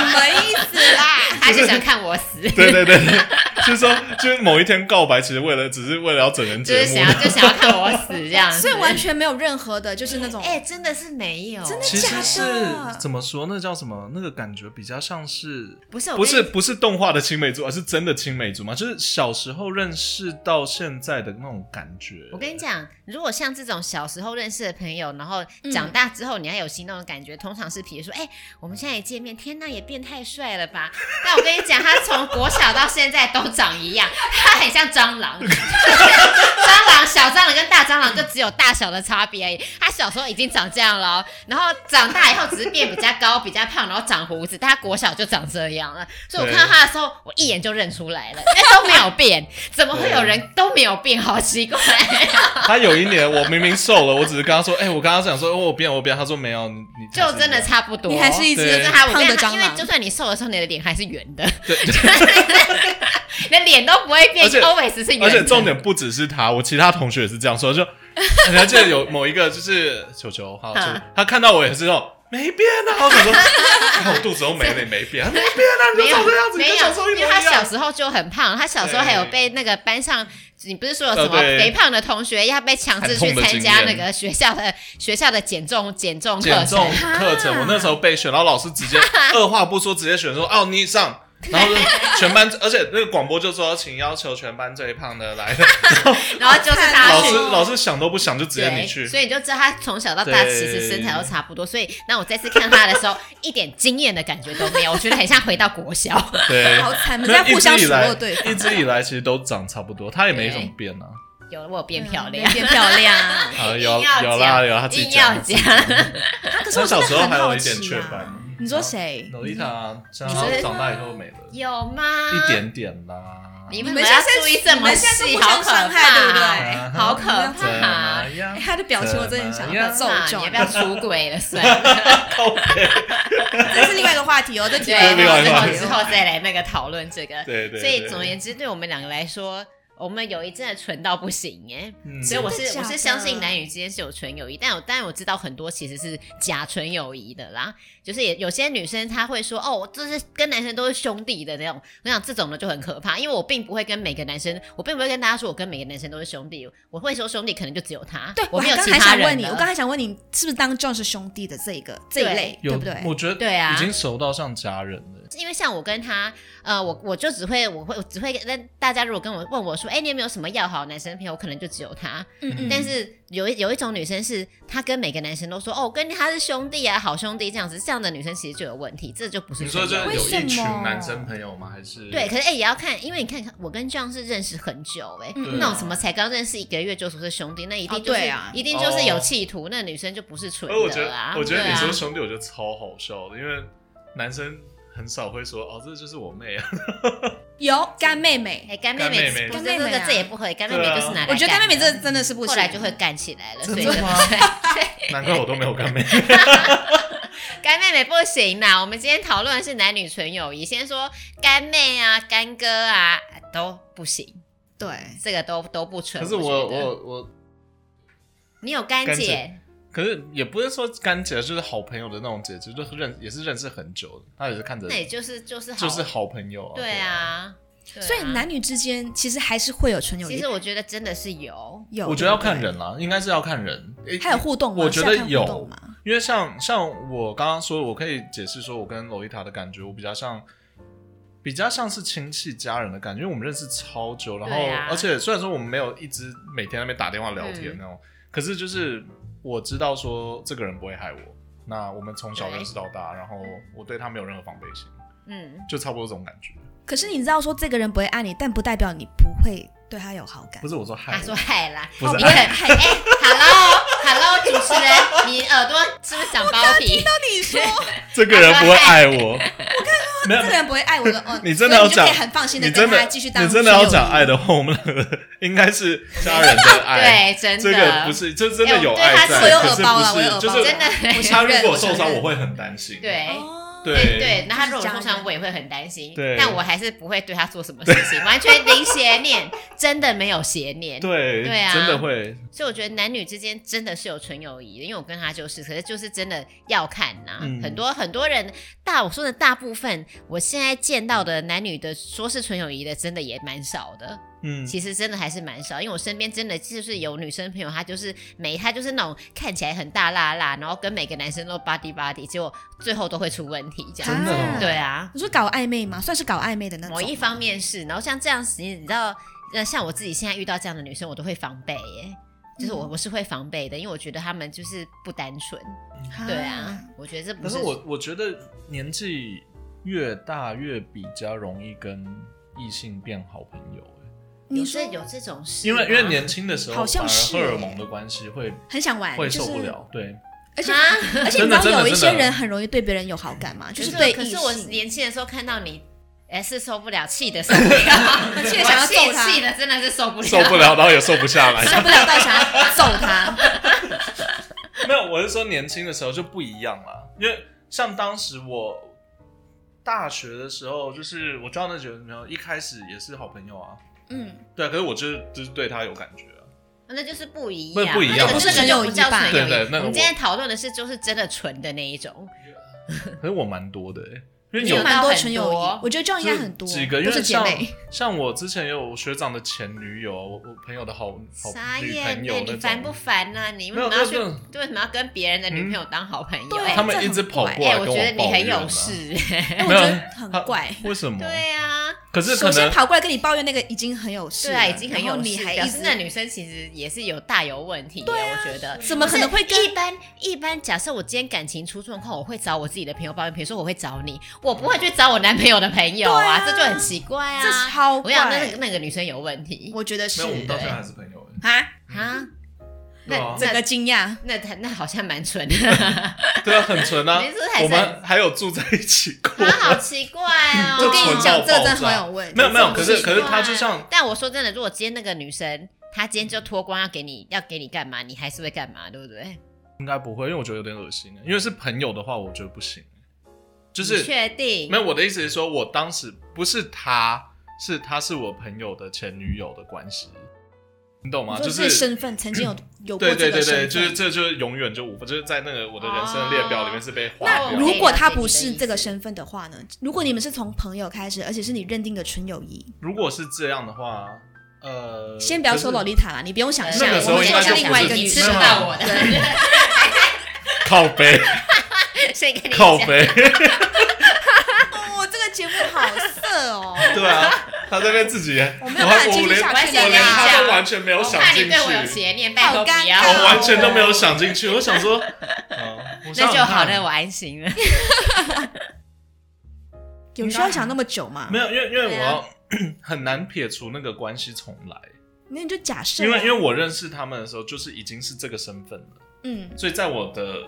[SPEAKER 1] 么意思啊 啦？
[SPEAKER 2] 他就想看我死，
[SPEAKER 3] 对对对， 对就是说，就是某一天告白，其实为了只是为了要整人
[SPEAKER 2] 就
[SPEAKER 3] 节
[SPEAKER 2] 是
[SPEAKER 3] 目
[SPEAKER 2] 想。要就想要看我死这样子。
[SPEAKER 1] 所以完全没有任何的，就是那种，
[SPEAKER 2] 哎、真的是没有，
[SPEAKER 1] 真的
[SPEAKER 3] 其实是
[SPEAKER 1] 假的
[SPEAKER 3] 怎么说？那叫什么？那个感觉比较像是
[SPEAKER 2] 不是我
[SPEAKER 3] 不
[SPEAKER 2] 跟
[SPEAKER 3] 是不是动画的青梅竹马，是真的青梅竹马，就是小时候认识到现在的那种感觉。
[SPEAKER 2] 我跟你，讲，如果像这种小时候认识的朋友，然后长大之后你还有心动的感觉，通常是比如说，哎、我们现在一见面，天呐，也变太帅了吧！但我跟你讲，他从国小到现在都长一样，他很像蟑螂， 就是蟑螂小蟑螂跟大蟑螂就只有大小的差别而已。他小时候已经长这样了哦，然后长大以后只是变比较高、比较胖，然后长胡子，但他国小就长这样了。所以我
[SPEAKER 3] 对
[SPEAKER 2] 看到他的时候，我一眼就认出来了，因为都没有变，怎么会有人都没有变？好奇 怪。
[SPEAKER 3] 他有一年我明明瘦了，我只是跟他说，哎、我跟他讲说，哦，我变我变，他说没有，你你
[SPEAKER 2] 就真的
[SPEAKER 3] 差
[SPEAKER 2] 差不多。
[SPEAKER 1] 你还是一
[SPEAKER 3] 只
[SPEAKER 2] 就是他，我
[SPEAKER 1] 胖
[SPEAKER 2] 跟
[SPEAKER 1] 的
[SPEAKER 2] 他，
[SPEAKER 1] 蟑
[SPEAKER 2] 因
[SPEAKER 1] 螂
[SPEAKER 2] 为就算你瘦的时候，你的脸还是圆的，
[SPEAKER 3] 对，
[SPEAKER 2] 你的脸都不会变
[SPEAKER 3] 而且
[SPEAKER 2] ，always 是圆的。
[SPEAKER 3] 而且重点不只是他，我其他同学也是这样说，就你还记得有某一个就是球球，好，
[SPEAKER 2] 嗯
[SPEAKER 3] 就是他看到我也是那种没变啊，我想说， 看我肚子都没了，也没变，他没变啊，你
[SPEAKER 2] 没
[SPEAKER 3] 就
[SPEAKER 2] 有
[SPEAKER 3] 长这样子，你
[SPEAKER 2] 没
[SPEAKER 3] 跟小时候
[SPEAKER 2] 有，因
[SPEAKER 3] 一
[SPEAKER 2] 为
[SPEAKER 3] 模
[SPEAKER 2] 他
[SPEAKER 3] 一
[SPEAKER 2] 小
[SPEAKER 3] 样。啊
[SPEAKER 2] 时候就很胖，他小时候还有被那个班上，你不是说有什么
[SPEAKER 3] 呃对
[SPEAKER 2] 肥胖的同学要被强制去参加那个学校的学校的减重减重课
[SPEAKER 3] 减重
[SPEAKER 2] 程？
[SPEAKER 3] 课程，我那时候被选，然后老师直 接二话不说，直接选说哦你上，然后就全班，而且那个广播就说请要求全班最胖的来，
[SPEAKER 2] 然后就是大
[SPEAKER 3] 老
[SPEAKER 2] 家
[SPEAKER 3] 师
[SPEAKER 2] 去。
[SPEAKER 3] 老师想都不想就直接你
[SPEAKER 2] 对，
[SPEAKER 3] 去，
[SPEAKER 2] 所以你就知道他从小到大其
[SPEAKER 3] 对
[SPEAKER 2] 实身材都差不多，所以那我再次看他的时候，一点惊艳的感觉都没有，我觉得很像回到国 小。
[SPEAKER 3] 对，
[SPEAKER 1] 好惨，你们
[SPEAKER 3] 没
[SPEAKER 1] 在
[SPEAKER 3] 有
[SPEAKER 1] 互相
[SPEAKER 3] 一直以
[SPEAKER 1] 数
[SPEAKER 3] 来
[SPEAKER 1] 落对方，
[SPEAKER 3] 一直以来其实都长差不多，他也没怎么变啊。
[SPEAKER 2] 有我有变漂
[SPEAKER 1] 嗯
[SPEAKER 2] 亮，
[SPEAKER 1] 变漂亮。
[SPEAKER 2] 硬
[SPEAKER 3] 好 呃有
[SPEAKER 2] 要
[SPEAKER 3] 有啦
[SPEAKER 2] 讲
[SPEAKER 3] 有啦，他自己
[SPEAKER 2] 硬要
[SPEAKER 3] 讲。
[SPEAKER 2] 讲，
[SPEAKER 1] 啊可是
[SPEAKER 3] 他
[SPEAKER 1] 我真
[SPEAKER 3] 小
[SPEAKER 1] 的
[SPEAKER 3] 时候
[SPEAKER 1] 很
[SPEAKER 3] 还有
[SPEAKER 1] 好
[SPEAKER 3] 一点
[SPEAKER 1] 奇
[SPEAKER 3] 雀斑
[SPEAKER 1] 啊。。你说谁？
[SPEAKER 3] 洛丽塔，像
[SPEAKER 2] 你
[SPEAKER 3] 他
[SPEAKER 2] 说
[SPEAKER 3] 长大以后没了，
[SPEAKER 2] 有吗？
[SPEAKER 3] 一。点点啦。
[SPEAKER 2] 你
[SPEAKER 1] 你
[SPEAKER 2] 们
[SPEAKER 1] 们
[SPEAKER 2] 要
[SPEAKER 1] 现在
[SPEAKER 2] 注意这
[SPEAKER 1] 你
[SPEAKER 2] 么
[SPEAKER 1] 们现在都
[SPEAKER 2] 细，
[SPEAKER 1] 互
[SPEAKER 2] 好
[SPEAKER 1] 相
[SPEAKER 2] 可
[SPEAKER 1] 伤害，对不
[SPEAKER 2] 怕，
[SPEAKER 1] 对？
[SPEAKER 2] 好可
[SPEAKER 1] 你
[SPEAKER 3] 怎
[SPEAKER 2] 怕
[SPEAKER 3] 么。样
[SPEAKER 1] 哎？他的表情我真的很想要
[SPEAKER 3] 怎
[SPEAKER 1] 揍
[SPEAKER 2] 啊！你
[SPEAKER 1] 中
[SPEAKER 2] 要。不要出轨了？算 了，
[SPEAKER 3] 靠北
[SPEAKER 1] 这是另外一个话题哦，这题
[SPEAKER 2] 对，
[SPEAKER 1] 外一
[SPEAKER 3] 另
[SPEAKER 1] 个
[SPEAKER 3] 外一
[SPEAKER 2] 然
[SPEAKER 3] 个
[SPEAKER 1] 话
[SPEAKER 2] 后
[SPEAKER 3] 话
[SPEAKER 1] 题
[SPEAKER 3] 题
[SPEAKER 2] 之后再来那个讨论这个。
[SPEAKER 3] 对 对。
[SPEAKER 2] 所以
[SPEAKER 3] 对
[SPEAKER 2] 总而言之，对我们两个来说，我们有一阵子纯到不行耶。
[SPEAKER 3] 嗯
[SPEAKER 2] 所以我是
[SPEAKER 1] 真的假
[SPEAKER 2] 我
[SPEAKER 1] 的
[SPEAKER 2] 是相信男女之间是有纯友谊，但我但我知道很多其实是假纯友谊的啦，就是也有些女生她会说哦，就是跟男生都是兄弟的那种，我想这种的就很可怕，因为我并不会跟每个男生，我并不会跟大家说我跟每个男生都是兄弟，我会说兄弟可能就只有他，
[SPEAKER 1] 对，
[SPEAKER 2] 我
[SPEAKER 1] 我
[SPEAKER 2] 没有
[SPEAKER 1] 刚
[SPEAKER 2] 其
[SPEAKER 1] 还
[SPEAKER 2] 他
[SPEAKER 1] 想
[SPEAKER 2] 人
[SPEAKER 1] 问你，
[SPEAKER 2] 了
[SPEAKER 1] 我刚才想问你，是不是当 John 是兄弟的这一个这一类，
[SPEAKER 3] 有
[SPEAKER 1] 对不对？嗯
[SPEAKER 3] 我觉得
[SPEAKER 2] 对啊
[SPEAKER 3] 已经熟到像家人了。
[SPEAKER 2] 因为像我跟他，呃，我我就只会我会我只会跟大家如果跟我问我说，哎、你有没有什么要好的男生朋友，我可能就只有他。
[SPEAKER 1] 嗯嗯，
[SPEAKER 2] 但是有一有一种女生是她跟每个男生都说，哦，我跟他是兄弟啊，好兄弟这样子，这样的女生其实就有问题，这就不是
[SPEAKER 3] 你说
[SPEAKER 2] 朋
[SPEAKER 3] 这
[SPEAKER 2] 友
[SPEAKER 1] 为
[SPEAKER 3] 有
[SPEAKER 1] 什
[SPEAKER 3] 一群
[SPEAKER 1] 么
[SPEAKER 3] 男生朋友吗？还是
[SPEAKER 2] 对，可是哎、也要看，因为你看我跟 John 是认识很久哎、
[SPEAKER 1] 嗯
[SPEAKER 2] 那种什么才刚认识一个月就说是兄弟，那一定
[SPEAKER 1] 哦
[SPEAKER 2] 就是、
[SPEAKER 1] 对啊
[SPEAKER 2] 一定就是有企图，那女生就不是
[SPEAKER 3] 因
[SPEAKER 2] 蠢
[SPEAKER 3] 为我觉
[SPEAKER 2] 的
[SPEAKER 3] 得
[SPEAKER 2] 啊。，
[SPEAKER 3] 我觉得
[SPEAKER 2] 对
[SPEAKER 3] 你
[SPEAKER 2] 啊
[SPEAKER 3] 说兄弟，我觉得超好笑的，因为男生很少会说哦，这就是我妹 啊，
[SPEAKER 1] 有干妹妹，
[SPEAKER 2] 哎，干妹
[SPEAKER 3] 干妹妹
[SPEAKER 2] 妹，不是这
[SPEAKER 1] 干妹妹
[SPEAKER 2] 个
[SPEAKER 1] 啊
[SPEAKER 2] 这也不合理，干妹妹就是拿来干的，
[SPEAKER 1] 我觉得干妹妹这真的是不行，
[SPEAKER 2] 后来就会干起来了，
[SPEAKER 3] 真
[SPEAKER 2] 所
[SPEAKER 3] 的
[SPEAKER 2] 以就
[SPEAKER 3] 吗
[SPEAKER 2] 对
[SPEAKER 3] 难怪我都没有干妹。
[SPEAKER 2] 干妹妹不行啦。我们今天讨论的是男女纯友谊，先说干妹啊、干哥啊都不行，
[SPEAKER 1] 对，
[SPEAKER 2] 这个都都不纯。
[SPEAKER 3] 可是
[SPEAKER 2] 我
[SPEAKER 3] 我
[SPEAKER 2] 觉得
[SPEAKER 3] 我我，
[SPEAKER 2] 你有干
[SPEAKER 3] 干
[SPEAKER 2] 姐
[SPEAKER 3] 姐，可是也不是说干姐，就是好朋友的那种姐姐，就是认也是认识很久的，她也是看着
[SPEAKER 2] 那也就是就是好
[SPEAKER 3] 就是好朋友啊。
[SPEAKER 2] 对，啊，对啊
[SPEAKER 1] 所以男女之间其实还是会有纯友
[SPEAKER 2] 其
[SPEAKER 1] 谊
[SPEAKER 2] 实，我觉得真的是有，
[SPEAKER 1] 有，
[SPEAKER 3] 我觉得要
[SPEAKER 1] 对
[SPEAKER 3] 看
[SPEAKER 1] 不对，
[SPEAKER 3] 人啦，应该是要看人。诶
[SPEAKER 1] 还有互动吗？
[SPEAKER 3] 我觉得
[SPEAKER 1] 是要看互
[SPEAKER 3] 有
[SPEAKER 1] 动吗？
[SPEAKER 3] 因为像像我刚刚说，我可以解释说，我跟洛丽塔的感觉，我比较像，比较像是亲戚家人的感觉，因为我们认识超久，然后、
[SPEAKER 2] 对啊
[SPEAKER 3] 而且虽然说我们没有一直每天在那边打电话聊天那种，可是就是我知道说这个人不会害我，那我们从小
[SPEAKER 2] 对
[SPEAKER 3] 认识到大，然后我对他没有任何防备心，
[SPEAKER 2] 嗯，
[SPEAKER 3] 就差不多这种感觉。
[SPEAKER 1] 可是你知道说这个人不会爱你，但不代表你不会对他有好感哦
[SPEAKER 3] 不。是我说害
[SPEAKER 2] 他
[SPEAKER 3] 我，
[SPEAKER 2] 啊说嗨啦，
[SPEAKER 3] 不是
[SPEAKER 2] 你很嗨哎，hello hello 主持人，你耳朵是不是长包皮？
[SPEAKER 1] 那你说
[SPEAKER 3] 这个人不会爱我，没有
[SPEAKER 1] 这个人不会爱我的，哦，
[SPEAKER 3] 你真的要
[SPEAKER 1] 所以
[SPEAKER 3] 讲
[SPEAKER 1] 你就可以很放心的
[SPEAKER 3] 你
[SPEAKER 1] 跟
[SPEAKER 3] 真
[SPEAKER 1] 他
[SPEAKER 3] 的
[SPEAKER 1] 继续 当，
[SPEAKER 3] 你真的要讲爱，的话，我们两个应该是家人的爱。
[SPEAKER 2] 对，真的，
[SPEAKER 3] 哎这个不是，这真的有爱
[SPEAKER 1] 他
[SPEAKER 2] 哎我对
[SPEAKER 3] 在，可是
[SPEAKER 1] 我有耳包啦啊
[SPEAKER 3] 不
[SPEAKER 1] 我有
[SPEAKER 3] 是
[SPEAKER 1] 耳，包
[SPEAKER 3] 就是
[SPEAKER 2] 真的，
[SPEAKER 1] 我
[SPEAKER 3] 他
[SPEAKER 1] 承
[SPEAKER 3] 如
[SPEAKER 1] 认
[SPEAKER 3] 果受伤，我
[SPEAKER 1] 承
[SPEAKER 3] 会很担心。
[SPEAKER 2] 对
[SPEAKER 1] 认。
[SPEAKER 3] 对
[SPEAKER 2] 对对，那他
[SPEAKER 1] 就是啊
[SPEAKER 2] 如果受
[SPEAKER 1] 家人
[SPEAKER 2] 伤，我也会很担心。
[SPEAKER 3] 对
[SPEAKER 2] 但我还是不会对他做什么事 情，完全零邪念，真的没有邪念。
[SPEAKER 3] 对
[SPEAKER 2] 对啊
[SPEAKER 3] 真的会。
[SPEAKER 2] 所以我觉得男女之间真的是有纯友谊的，因为我跟他就是，可是就是真的要看呐、
[SPEAKER 3] 嗯
[SPEAKER 2] 很多很多人大我说的大部分，我现在见到的男女的说是纯友谊的，真的也蛮少的。
[SPEAKER 3] 嗯，
[SPEAKER 2] 其实真的还是蛮少，因为我身边真的就是有女生朋友，她就是每她就是那种看起来很大辣辣，然后跟每个男生都 body body，结果最后都会出问题这样。
[SPEAKER 3] 真的哦
[SPEAKER 2] 对啊，
[SPEAKER 1] 你说搞暧昧吗？算是搞暧昧的那种。
[SPEAKER 2] 某一方面是，然后像这样子，你知道，那像我自己现在遇到这样的女生，我都会防备耶。就是我
[SPEAKER 1] 嗯
[SPEAKER 2] 我是会防备的，因为我觉得她们就是不单纯。
[SPEAKER 1] 啊
[SPEAKER 2] 对啊，，我觉得这不
[SPEAKER 3] 可是我我觉得年纪越大越比较容易跟异性变好朋友、欸
[SPEAKER 2] 有
[SPEAKER 1] 你说
[SPEAKER 2] 这有这种事
[SPEAKER 3] 因
[SPEAKER 2] 吗，
[SPEAKER 3] 为因为年轻的时候
[SPEAKER 1] 好像
[SPEAKER 3] 反而
[SPEAKER 1] 是
[SPEAKER 3] 荷尔
[SPEAKER 1] 欸
[SPEAKER 3] 蒙的关系会
[SPEAKER 1] 很想玩，
[SPEAKER 3] 会
[SPEAKER 1] 就
[SPEAKER 3] 受
[SPEAKER 1] 是
[SPEAKER 3] 不了， 对，
[SPEAKER 1] 而且
[SPEAKER 2] 啊，
[SPEAKER 1] 而且你知
[SPEAKER 3] 真的
[SPEAKER 1] 道
[SPEAKER 3] 真的
[SPEAKER 1] 有一
[SPEAKER 3] 真
[SPEAKER 1] 些
[SPEAKER 3] 的
[SPEAKER 1] 人很容易对别人有好感嘛，就是
[SPEAKER 2] 可
[SPEAKER 1] 对
[SPEAKER 2] 可
[SPEAKER 1] 异
[SPEAKER 2] 是我
[SPEAKER 1] 性，
[SPEAKER 2] 年轻的时候看到你。 哎，是受不了，气的 受不了，
[SPEAKER 1] 气得想要
[SPEAKER 2] 我气
[SPEAKER 1] 揍他
[SPEAKER 2] 气的真的是受不了，
[SPEAKER 3] 受不了，然后也瘦不下来。
[SPEAKER 1] 受不了到想要揍 他。
[SPEAKER 3] 没有，我是说年轻的时候就不一样啦，因为像当时我大学的时候，就是我交那几个朋友，一开始也是好朋友啊，
[SPEAKER 1] 嗯，
[SPEAKER 3] 对啊，可是我就是就是对他有感觉啊，
[SPEAKER 2] 那就是不一
[SPEAKER 3] 那
[SPEAKER 2] 样，
[SPEAKER 3] 不一样
[SPEAKER 2] 那个
[SPEAKER 3] 不是
[SPEAKER 2] 这个就不叫纯友
[SPEAKER 3] 对
[SPEAKER 2] 谊。
[SPEAKER 3] 对那个
[SPEAKER 2] 我们
[SPEAKER 3] 我
[SPEAKER 2] 今天讨论的是就是真的纯的那一种，
[SPEAKER 3] 可是我蛮多的、欸，因为
[SPEAKER 2] 你
[SPEAKER 3] 有
[SPEAKER 2] 有
[SPEAKER 1] 蛮
[SPEAKER 2] 到
[SPEAKER 1] 多
[SPEAKER 2] 很
[SPEAKER 1] 纯友谊
[SPEAKER 2] 多，
[SPEAKER 1] 我觉得这样应该很多，
[SPEAKER 3] 几个，因
[SPEAKER 1] 都
[SPEAKER 3] 为
[SPEAKER 1] 是姐
[SPEAKER 3] 像
[SPEAKER 1] 妹。
[SPEAKER 3] 像我之前也有学长的前女友，我我朋友的好好
[SPEAKER 2] 傻
[SPEAKER 3] 女
[SPEAKER 2] 眼
[SPEAKER 3] 朋友
[SPEAKER 2] 欸，
[SPEAKER 3] 那
[SPEAKER 2] 你烦不
[SPEAKER 3] 种，
[SPEAKER 2] 烦呐、你为什
[SPEAKER 3] 没有
[SPEAKER 2] 么要
[SPEAKER 3] 这
[SPEAKER 2] 去？
[SPEAKER 3] 这
[SPEAKER 2] 为什么要跟别人的女朋友当好朋友？
[SPEAKER 1] 对
[SPEAKER 2] 哎
[SPEAKER 3] 嗯他们一直跑过来
[SPEAKER 2] 我
[SPEAKER 3] 跟
[SPEAKER 2] 觉得你
[SPEAKER 3] 抱
[SPEAKER 2] 很
[SPEAKER 3] 怨、啊
[SPEAKER 2] 有事。
[SPEAKER 1] 哎我
[SPEAKER 3] 没
[SPEAKER 1] 觉
[SPEAKER 3] 有
[SPEAKER 1] 得很
[SPEAKER 3] 他
[SPEAKER 1] 怪。
[SPEAKER 3] 为什么？
[SPEAKER 2] 对啊，
[SPEAKER 3] 可是
[SPEAKER 1] 首
[SPEAKER 3] 可
[SPEAKER 1] 先
[SPEAKER 3] 能
[SPEAKER 1] 跑过来跟你抱怨那个已经很有事
[SPEAKER 2] 对
[SPEAKER 1] 了，
[SPEAKER 2] 啊，已经很有
[SPEAKER 1] 然后
[SPEAKER 2] 事
[SPEAKER 1] 你还
[SPEAKER 2] 表
[SPEAKER 1] 一
[SPEAKER 2] 示
[SPEAKER 1] 直啊
[SPEAKER 2] 那女生其实也是有大有问题、对、我觉得。嗯
[SPEAKER 1] 怎么可能会跟
[SPEAKER 2] 一般一般？假设我今天感情出状况，我会找我自己的朋友抱怨，比如说我会找你，我不会去找我男朋友的朋友啊，
[SPEAKER 1] 对啊
[SPEAKER 2] 这就很奇怪啊。
[SPEAKER 1] 这超
[SPEAKER 2] 我
[SPEAKER 1] 怪，
[SPEAKER 2] 想那个那个女生有问题
[SPEAKER 1] 我觉得是
[SPEAKER 3] 没有，我们到现在
[SPEAKER 1] 啊
[SPEAKER 3] 还是朋友、欸，，
[SPEAKER 1] 嗯
[SPEAKER 2] 啊，
[SPEAKER 3] 对啊
[SPEAKER 2] 那
[SPEAKER 1] 整
[SPEAKER 2] 那
[SPEAKER 1] 个惊讶，
[SPEAKER 2] 那他那好像蛮蠢的，
[SPEAKER 3] 对啊，很纯 啊
[SPEAKER 2] 你是不是还，是
[SPEAKER 3] 我们还有住在一起过。
[SPEAKER 2] 他好奇怪哦。
[SPEAKER 1] 我
[SPEAKER 3] 就
[SPEAKER 1] 跟你
[SPEAKER 3] 纯
[SPEAKER 1] 讲，这
[SPEAKER 3] 到
[SPEAKER 1] 个真的
[SPEAKER 3] 爆炸
[SPEAKER 1] 很有问题，
[SPEAKER 3] 没有没有，可
[SPEAKER 1] 这种
[SPEAKER 3] 是可是他
[SPEAKER 2] 奇
[SPEAKER 3] 就
[SPEAKER 2] 怪
[SPEAKER 3] 像，
[SPEAKER 2] 但我说真的，如果今天那个女生她今天就脱光要给你要给你干嘛，你还是会干嘛，对不对？
[SPEAKER 3] 应该不会，因为我觉得有点恶心。因为是朋友的话，我觉得不行。就
[SPEAKER 2] 你
[SPEAKER 3] 是
[SPEAKER 2] 确定
[SPEAKER 3] 没有我的意思是说，我当时不是他，是他是我朋友的前女友的关系，你懂吗？
[SPEAKER 1] 你说
[SPEAKER 3] 就嗯
[SPEAKER 1] 这个身份曾经有有过
[SPEAKER 3] 对对
[SPEAKER 1] 这个
[SPEAKER 3] 对
[SPEAKER 1] 身份，
[SPEAKER 3] 对，就是这就是永远就无法，就是在那个我的人生的列表里面是被
[SPEAKER 2] 哦那
[SPEAKER 3] 划掉
[SPEAKER 1] 哦
[SPEAKER 3] 的。
[SPEAKER 1] 如
[SPEAKER 2] 我
[SPEAKER 1] 果
[SPEAKER 2] 可以
[SPEAKER 1] 他
[SPEAKER 2] 了解
[SPEAKER 1] 不
[SPEAKER 2] 你的
[SPEAKER 1] 是
[SPEAKER 2] 意
[SPEAKER 1] 这个
[SPEAKER 2] 思
[SPEAKER 1] 身份的话呢？如果你们是从朋友开始，而且是你认定的纯友谊，
[SPEAKER 3] 如果是这样的话，呃，
[SPEAKER 1] 先不要说洛
[SPEAKER 3] 丽
[SPEAKER 1] 丽塔啦，你不用想象，
[SPEAKER 3] 那个时候
[SPEAKER 1] 我们
[SPEAKER 3] 应该
[SPEAKER 1] 是
[SPEAKER 3] 就
[SPEAKER 1] 另
[SPEAKER 3] 不
[SPEAKER 1] 外
[SPEAKER 3] 是
[SPEAKER 1] 一个
[SPEAKER 3] 你
[SPEAKER 1] 女
[SPEAKER 2] 吃
[SPEAKER 1] 生
[SPEAKER 2] 不
[SPEAKER 3] 生
[SPEAKER 1] 了。
[SPEAKER 2] 到我的，
[SPEAKER 3] 靠背
[SPEAKER 2] 谁跟你
[SPEAKER 3] 靠
[SPEAKER 2] 讲？
[SPEAKER 3] 背，
[SPEAKER 1] 哦，这个
[SPEAKER 3] 对啊，他在那边自己，
[SPEAKER 1] 哦我没有办法
[SPEAKER 3] 我
[SPEAKER 1] 继续
[SPEAKER 3] 连
[SPEAKER 1] 下
[SPEAKER 2] 去
[SPEAKER 3] 我连他都完全没有
[SPEAKER 2] 我
[SPEAKER 3] 想
[SPEAKER 2] 怕你
[SPEAKER 3] 进去，
[SPEAKER 2] 对我有邪念，拜托
[SPEAKER 1] 好尴
[SPEAKER 2] 不要。
[SPEAKER 1] 尬
[SPEAKER 3] 我完全都没有想进去，我想 说，嗯，
[SPEAKER 2] 那
[SPEAKER 3] 我想想
[SPEAKER 2] 就好
[SPEAKER 3] 看
[SPEAKER 2] 了，我安心了。
[SPEAKER 1] 有需要想那么久吗？
[SPEAKER 3] 没有，因为因为我
[SPEAKER 2] 对啊
[SPEAKER 3] 要 很难撇除那个关系重来，
[SPEAKER 1] 那你就假设啊，
[SPEAKER 3] 因为因为我认识他们的时候，就是已经是这个身份了，
[SPEAKER 1] 嗯，
[SPEAKER 3] 所以在我的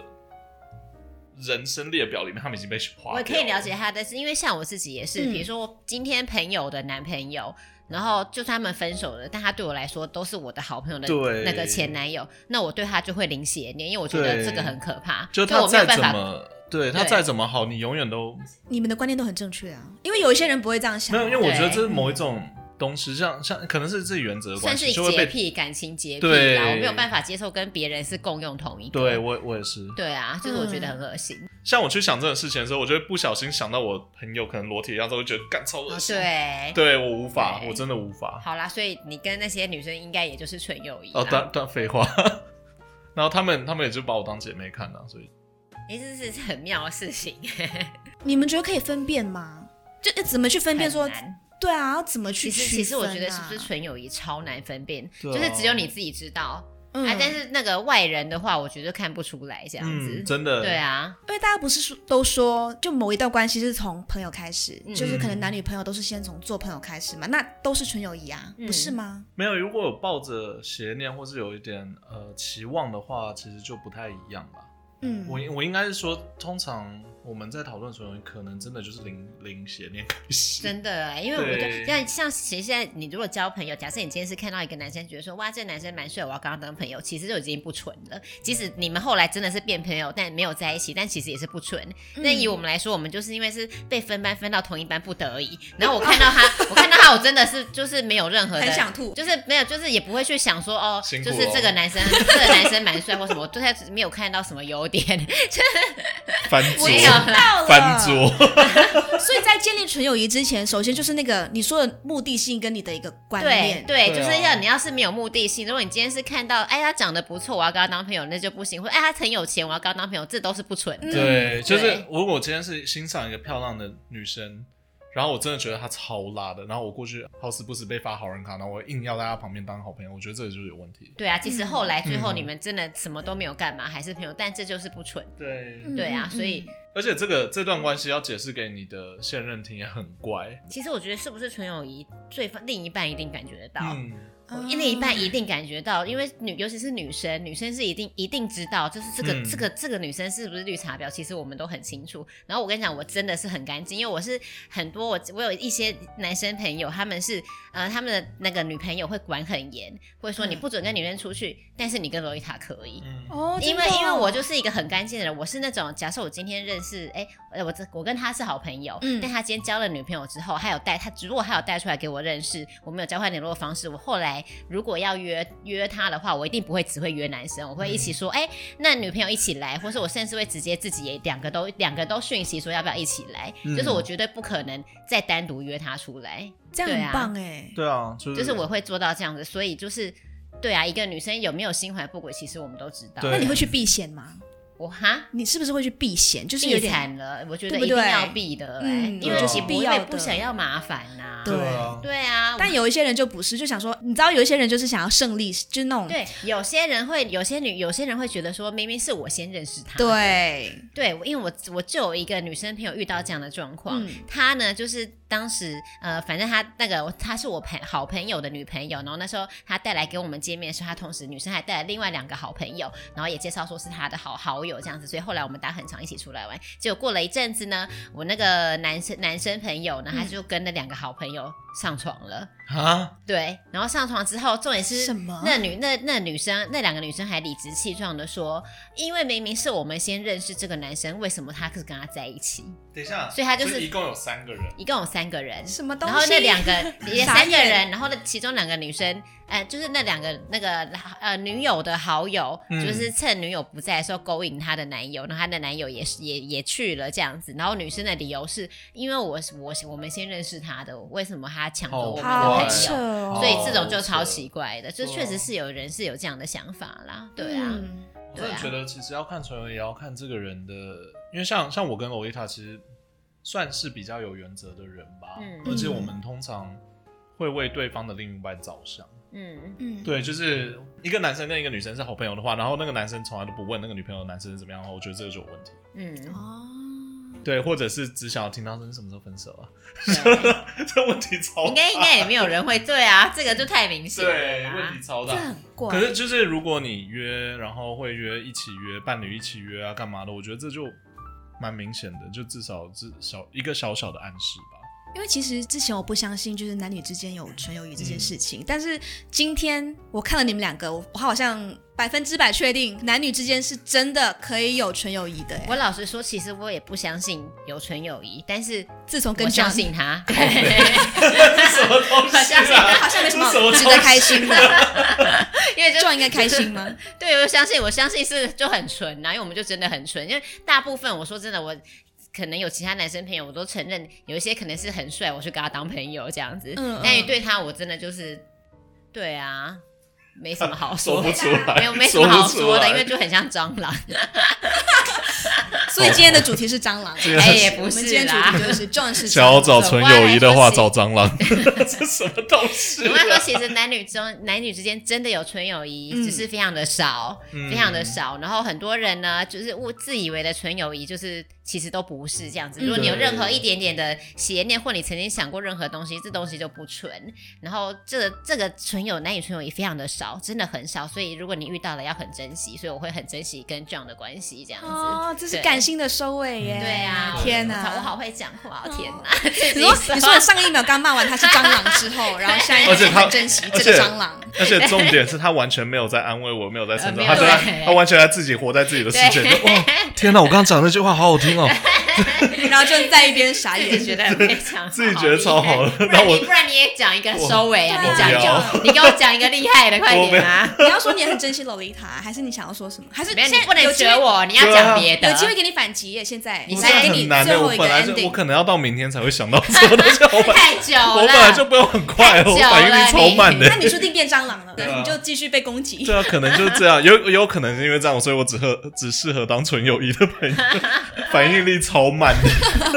[SPEAKER 3] 人生列表里面，他们已经被划掉
[SPEAKER 2] 我可以了解他的是，因为像我自己也是，
[SPEAKER 1] 嗯
[SPEAKER 2] 比如说我今天朋友的男朋友，然后就算他们分手了，但他对我来说都是我的好朋友的
[SPEAKER 3] 对
[SPEAKER 2] 那个前男友，那我对他就会零邪念，因为我觉得
[SPEAKER 3] 对
[SPEAKER 2] 这个很可怕，所
[SPEAKER 3] 就
[SPEAKER 2] 以
[SPEAKER 3] 他
[SPEAKER 2] 我没有
[SPEAKER 3] 再
[SPEAKER 2] 办
[SPEAKER 3] 怎
[SPEAKER 2] 法。
[SPEAKER 3] 么。对他
[SPEAKER 2] 对
[SPEAKER 3] 再怎么好，你永远都
[SPEAKER 1] 你们的观念都很正确啊，因为有一些人不会这样想啊，
[SPEAKER 3] 没有，因为我觉得
[SPEAKER 2] 对嗯
[SPEAKER 3] 这是某一种东西，像像可能是自己原则的
[SPEAKER 2] 算
[SPEAKER 3] 关
[SPEAKER 2] 是
[SPEAKER 3] 系，就会
[SPEAKER 2] 洁
[SPEAKER 3] 被。
[SPEAKER 2] 癖，感情洁癖
[SPEAKER 3] 对
[SPEAKER 2] 啦，我没有办法接受跟别人是共用同一个。
[SPEAKER 3] 对我嗯我也是，
[SPEAKER 2] 对啊，就是我觉得很恶心。
[SPEAKER 3] 像我去想这种事情的时候，我就会不小心想到我朋友可能裸体的样子，我就觉得干超恶
[SPEAKER 2] 哦
[SPEAKER 3] 心。
[SPEAKER 2] 对，
[SPEAKER 3] 对我无法，
[SPEAKER 2] 对
[SPEAKER 3] 我真的无法。
[SPEAKER 2] 好啦，所以你跟那些女生应该也就是纯友谊啦
[SPEAKER 3] 哦，当当废话。 然后他们他们也就把我当姐妹看了、所以
[SPEAKER 2] 诶这是是很妙的事情，
[SPEAKER 1] 你们觉得可以分辨吗？就呃怎么去分辨说
[SPEAKER 2] 很，难
[SPEAKER 1] 对啊，要怎么去
[SPEAKER 2] 其实
[SPEAKER 1] 区分啊？
[SPEAKER 2] 其实我觉得是不是纯友谊超难分辨，
[SPEAKER 3] 对啊
[SPEAKER 2] 就是只有你自己知道、
[SPEAKER 1] 嗯
[SPEAKER 2] 啊。但是那个外人的话，我觉得看不出来这样子。
[SPEAKER 3] 嗯，真的
[SPEAKER 2] 对，啊，
[SPEAKER 1] 因为大家不是说都说，就某一段关系是从朋友开始，
[SPEAKER 2] 嗯
[SPEAKER 1] 就是可能男女朋友都是先从做朋友开始嘛，那都是纯友谊啊，
[SPEAKER 2] 嗯
[SPEAKER 1] 不是吗？
[SPEAKER 3] 没有如果有抱着邪念或是有一点呃期望的话，其实就不太一样吧。
[SPEAKER 1] 嗯，
[SPEAKER 3] 我我应该是说，通常我们在讨论纯友谊，可能真的就是零零邪念开始。
[SPEAKER 2] 真的欸，因为我觉得
[SPEAKER 3] 对
[SPEAKER 2] 像像其实现在你如果交朋友，假设你今天是看到一个男生，觉得说哇这个男生蛮帅，我要跟他当朋友，其实就已经不纯了。即使你们后来真的是变朋友，但没有在一起，但其实也是不纯。
[SPEAKER 1] 嗯
[SPEAKER 2] 那以我们来说，我们就是因为是被分班分到同一班不得已。然后我看到他， 我看到他，我真的是就是没有任何的，
[SPEAKER 1] 很想吐
[SPEAKER 2] 就是没有，就是也不会去想说哦，
[SPEAKER 3] 辛苦
[SPEAKER 2] 就
[SPEAKER 3] 哦
[SPEAKER 2] 是这个男生，这个男生蛮帅或什么，我对他没有看到什么优点。
[SPEAKER 3] 翻
[SPEAKER 1] 我
[SPEAKER 3] 桌，
[SPEAKER 1] 知道了，
[SPEAKER 3] 翻。桌，
[SPEAKER 1] 所以在建立纯友谊之前，首先就是那个你说的目的性跟你的一个观
[SPEAKER 2] 对
[SPEAKER 1] 念，
[SPEAKER 2] 对，
[SPEAKER 3] 对啊
[SPEAKER 2] 就是要你要是没有目的性，如果你今天是看到哎他长得不错，我要跟他当朋友，那就不行；或者哎他很有钱，我要跟他当朋友，这都是不纯的。
[SPEAKER 3] 对，就是
[SPEAKER 2] 嗯对
[SPEAKER 3] 如果我今天是欣赏一个漂亮的女生，然后我真的觉得她超辣的，然后我过去好死不死被发好人卡，然后我硬要在她旁边当好朋友，我觉得这个就是有问题。
[SPEAKER 2] 对啊，即使后来最后
[SPEAKER 3] 嗯
[SPEAKER 2] 你们真的什么都没有干嘛，还是朋友，但这就是不纯。
[SPEAKER 3] 对
[SPEAKER 1] 嗯
[SPEAKER 2] 对啊
[SPEAKER 1] 嗯，
[SPEAKER 2] 所以
[SPEAKER 3] 而且这个这段关系要解释给你的现任听也很怪。
[SPEAKER 2] 其实我觉得是不是纯友谊，最另一半一定感觉得到。
[SPEAKER 3] 嗯，
[SPEAKER 1] 嗯
[SPEAKER 2] 另一半一定感觉到，因为女尤其是女生，女生是一定一定知道，就是这个、
[SPEAKER 3] 嗯
[SPEAKER 2] 这个这个女生是不是绿茶婊，其实我们都很清楚。然后我跟你讲，我真的是很干净，因为我是很多我我有一些男生朋友，他们是呃他们的那个女朋友会管很严，会说
[SPEAKER 1] 嗯
[SPEAKER 2] 你不准跟女生出去，但是你跟洛丽塔可以。
[SPEAKER 3] 嗯
[SPEAKER 1] 哦，真
[SPEAKER 2] 因
[SPEAKER 1] 的
[SPEAKER 2] 为
[SPEAKER 1] 哦
[SPEAKER 2] 因为我就是一个很干净的人，我是那种假设我今天认识，哎、呃我这我跟他是好朋友，
[SPEAKER 1] 嗯
[SPEAKER 2] 但他今天交了女朋友之后，他有带他如果他有带出来给我认识，我们有交换联络方式，我后来如果要约约他的话，我一定不会只会约男生，我会一
[SPEAKER 1] 嗯
[SPEAKER 2] 起说，哎、那女朋友一起来，或是我甚至会直接自己也两个都两个都讯息说要不要一起来，
[SPEAKER 3] 嗯
[SPEAKER 2] 就是我绝对不可能再单独约他出来。
[SPEAKER 1] 这样
[SPEAKER 2] 对
[SPEAKER 1] 很
[SPEAKER 2] 啊
[SPEAKER 1] 棒哎，
[SPEAKER 3] 对啊，就是
[SPEAKER 2] 就是我会做到这样子，所以就是对啊，一个女生有没有心怀不轨，其实我们都知道。
[SPEAKER 3] 对
[SPEAKER 1] 那你会去避嫌吗？
[SPEAKER 2] 我哈，
[SPEAKER 1] 你是不是会去避嫌？就是有
[SPEAKER 2] 避
[SPEAKER 1] 点
[SPEAKER 2] 惨了，我觉得
[SPEAKER 1] 对
[SPEAKER 2] 一
[SPEAKER 1] 不
[SPEAKER 2] 定
[SPEAKER 1] 对
[SPEAKER 2] 要避的、欸，
[SPEAKER 1] 嗯
[SPEAKER 2] 因为
[SPEAKER 3] 对
[SPEAKER 2] 你
[SPEAKER 3] 是
[SPEAKER 2] 不
[SPEAKER 1] 必
[SPEAKER 2] 会
[SPEAKER 1] 要的
[SPEAKER 2] 不想要麻烦呐、
[SPEAKER 1] 对
[SPEAKER 3] 啊，
[SPEAKER 2] 对啊，
[SPEAKER 1] 但有一些人就不是，就想说，你知道有一些人就是想要胜利，就是那种
[SPEAKER 2] 对有些人会，有些女，有些人会觉得说，明明是我先认识他，
[SPEAKER 1] 对
[SPEAKER 2] 对，我因为我我就有一个女生朋友遇到这样的状况，
[SPEAKER 1] 嗯
[SPEAKER 2] 她呢就是当时呃，反正她那个她是我朋好朋友的女朋友，然后那时候她带来跟我们见面的时候，她同时女生还带来另外两个好朋友，然后也介绍说是她的好好友这样子，所以后来我们大家很常一起出来玩。结果过了一阵子呢，我那个男生男生朋友呢，他就跟那两个好朋友上床了。
[SPEAKER 3] 啊，
[SPEAKER 2] 对，然后上床之后，重点是
[SPEAKER 1] 什么
[SPEAKER 2] 那女那那女生那两个女生还理直气壮的说，因为明明是我们先认识这个男生，为什么他是跟他在一起？
[SPEAKER 3] 等一下，
[SPEAKER 2] 所以他就是
[SPEAKER 3] 所一共有三个人，
[SPEAKER 2] 一共有三个人，
[SPEAKER 1] 什么东
[SPEAKER 2] 然
[SPEAKER 1] 西？
[SPEAKER 2] 后那 两个也
[SPEAKER 1] 傻
[SPEAKER 2] 三个
[SPEAKER 1] 眼
[SPEAKER 2] 人，然后那其中两个女生，呃，就是那两个那个呃女友的好友，
[SPEAKER 3] 嗯
[SPEAKER 2] 就是趁女友不在的时候勾引她的男友，然后她的男友也是也也去了这样子。然后女生的理由是因为我是我我们先认识他的，为什么他抢走我们的
[SPEAKER 3] 好
[SPEAKER 2] 朋
[SPEAKER 1] 好
[SPEAKER 2] 友？
[SPEAKER 1] 扯哦，
[SPEAKER 2] 所以这
[SPEAKER 3] 哦
[SPEAKER 2] 种就超
[SPEAKER 3] 是
[SPEAKER 2] 奇怪的，就确实是有人是有这样的想法啦，对啊，
[SPEAKER 1] 嗯
[SPEAKER 3] 我真
[SPEAKER 2] 对
[SPEAKER 3] 的
[SPEAKER 2] 啊
[SPEAKER 3] 觉得其实要看纯友谊，也要看这个人的，因为像像我跟欧丽塔，其实算是比较有原则的人吧，
[SPEAKER 2] 嗯
[SPEAKER 3] 而且我们通常会为对方的另一半着想。
[SPEAKER 2] 嗯，
[SPEAKER 1] 嗯，
[SPEAKER 3] 对，就是一个男生跟一个女生是好朋友的话，然后那个男生从来都不问那个女朋友的男生是怎么样的话，我觉得这个就有问题。
[SPEAKER 2] 嗯，
[SPEAKER 1] 哦，
[SPEAKER 3] 对，或者是只想要听到是什么时候分手啊？
[SPEAKER 2] 对
[SPEAKER 3] 这问题超
[SPEAKER 2] 应该应该也没有人会对啊，这个就太明显了
[SPEAKER 3] 对，
[SPEAKER 2] 啦。
[SPEAKER 3] 问题超
[SPEAKER 1] 这
[SPEAKER 3] 大。
[SPEAKER 1] 很怪。
[SPEAKER 3] 可是就是如果你约，然后会约一起约伴侣一起约啊，干嘛的？我觉得这就蛮明显的，就至少至小一个小小的暗示吧。
[SPEAKER 1] 因为其实之前我不相信就是男女之间有纯友谊这件事
[SPEAKER 2] 嗯
[SPEAKER 1] 情，但是今天我看了你们两个，我我好像百分之百确定男女之间是真的可以有纯友谊的。哎
[SPEAKER 2] 我老实说，其实我也不相信有纯友谊，但是
[SPEAKER 1] 自从
[SPEAKER 2] 我
[SPEAKER 1] 跟
[SPEAKER 2] 相
[SPEAKER 1] John-
[SPEAKER 2] 信他。
[SPEAKER 3] 什么东
[SPEAKER 2] 西啊
[SPEAKER 1] 好像没什么
[SPEAKER 3] 这是什么
[SPEAKER 1] 值得开心的，
[SPEAKER 2] 因为就
[SPEAKER 1] 壮应该开心吗？
[SPEAKER 2] 对，我相信，我相信是就很纯呐、因为我们就真的很纯，因为大部分我说真的我。可能有其他男生朋友，我都承认有一些可能是很帅，我去跟他当朋友这样子。
[SPEAKER 1] 嗯
[SPEAKER 2] 但也
[SPEAKER 1] 嗯
[SPEAKER 2] 对他，我真的就是，对啊，没什么好
[SPEAKER 3] 说
[SPEAKER 2] 说
[SPEAKER 3] 不
[SPEAKER 2] 的，
[SPEAKER 3] 出来，
[SPEAKER 2] 没有没什么好说的，因为
[SPEAKER 3] 不出来
[SPEAKER 2] 就很像蟑 螂。
[SPEAKER 1] 所以今天的主题是蟑螂，
[SPEAKER 3] 这个
[SPEAKER 2] 哎也不是啦
[SPEAKER 1] 我们今天主 题就是 John 是蟑
[SPEAKER 3] 想要
[SPEAKER 1] 螂
[SPEAKER 3] 找纯友谊的话，
[SPEAKER 2] 走
[SPEAKER 3] 找蟑螂，这什么东西
[SPEAKER 2] 我
[SPEAKER 3] 啊？
[SPEAKER 2] 跟你说，其实男女中男女之间真的有纯友谊，
[SPEAKER 1] 嗯
[SPEAKER 2] 只是非常的少，
[SPEAKER 3] 嗯
[SPEAKER 2] 非常的少。然后很多人呢，就是误自以为的纯友谊，就是其实都不是这样子。
[SPEAKER 1] 嗯
[SPEAKER 2] 如果你有任何
[SPEAKER 3] 对
[SPEAKER 2] 一点点的邪念，或你曾经想过任何东西，这东西就不纯。然后这这个纯友男女纯友谊非常的少，真的很少。所以如果你遇到了，要很珍惜。所以我会很珍惜跟 John 的关系，这样子。
[SPEAKER 1] 哦，这是
[SPEAKER 2] 对
[SPEAKER 1] 感性的收尾耶！
[SPEAKER 2] 对啊，
[SPEAKER 1] 天
[SPEAKER 2] 我
[SPEAKER 1] 哪，
[SPEAKER 2] 操我好会讲话哦，
[SPEAKER 1] 哦
[SPEAKER 2] 天哪！
[SPEAKER 1] 你说你说你上一秒刚骂完他是蟑螂之 后，然后下一秒
[SPEAKER 3] 而且他
[SPEAKER 1] 很珍惜
[SPEAKER 3] 而
[SPEAKER 1] 这
[SPEAKER 3] 且
[SPEAKER 1] 个蟑螂，
[SPEAKER 3] 而且重点是他完全没有在安慰我，没有在称赞，他
[SPEAKER 2] 呃没有
[SPEAKER 3] 在
[SPEAKER 2] 对
[SPEAKER 3] 他完全在自己活在自己的世界里。哇，天哪！我刚刚讲那句话好好听哦，
[SPEAKER 1] 然后就在一边傻
[SPEAKER 2] 自己
[SPEAKER 1] 眼。
[SPEAKER 2] 觉得非常
[SPEAKER 3] 自己觉得超好的
[SPEAKER 2] 不然
[SPEAKER 3] 然后我
[SPEAKER 2] 你不然你也讲一个收尾啊，
[SPEAKER 1] 我
[SPEAKER 2] 你讲一
[SPEAKER 3] 我
[SPEAKER 2] 个，你给我讲一个厉害的，快
[SPEAKER 3] 我没有
[SPEAKER 2] 点啊！
[SPEAKER 1] 你要说你很珍惜洛丽塔，还是你想要说什么？还是
[SPEAKER 2] 没有，
[SPEAKER 1] 现
[SPEAKER 2] 你
[SPEAKER 1] 在
[SPEAKER 2] 不能
[SPEAKER 1] 有机会
[SPEAKER 2] 学我，你要
[SPEAKER 3] 对啊
[SPEAKER 2] 讲别的。
[SPEAKER 1] 有机会给你反击耶！现在
[SPEAKER 2] 你
[SPEAKER 1] 我
[SPEAKER 2] 现
[SPEAKER 3] 这
[SPEAKER 2] 在
[SPEAKER 1] 来给
[SPEAKER 3] 很
[SPEAKER 1] 你
[SPEAKER 3] 难
[SPEAKER 1] 最
[SPEAKER 3] 的。
[SPEAKER 1] 后
[SPEAKER 3] 我
[SPEAKER 1] 一
[SPEAKER 3] 本
[SPEAKER 1] 个
[SPEAKER 3] 来就我
[SPEAKER 1] ending。
[SPEAKER 3] 可能要到明天才会想到什么东西，我本
[SPEAKER 2] 太久了，
[SPEAKER 3] 我本来就没有很快，
[SPEAKER 2] 太
[SPEAKER 3] 我
[SPEAKER 2] 久了
[SPEAKER 3] 反应力超慢的
[SPEAKER 1] 那。你说定变蟑螂了，
[SPEAKER 3] 对啊
[SPEAKER 1] 你就继续被攻击。
[SPEAKER 3] 对啊，可能就是这样，有有可能是因为这样，所以我只合只适合当纯友谊的朋友，反应力超慢 的。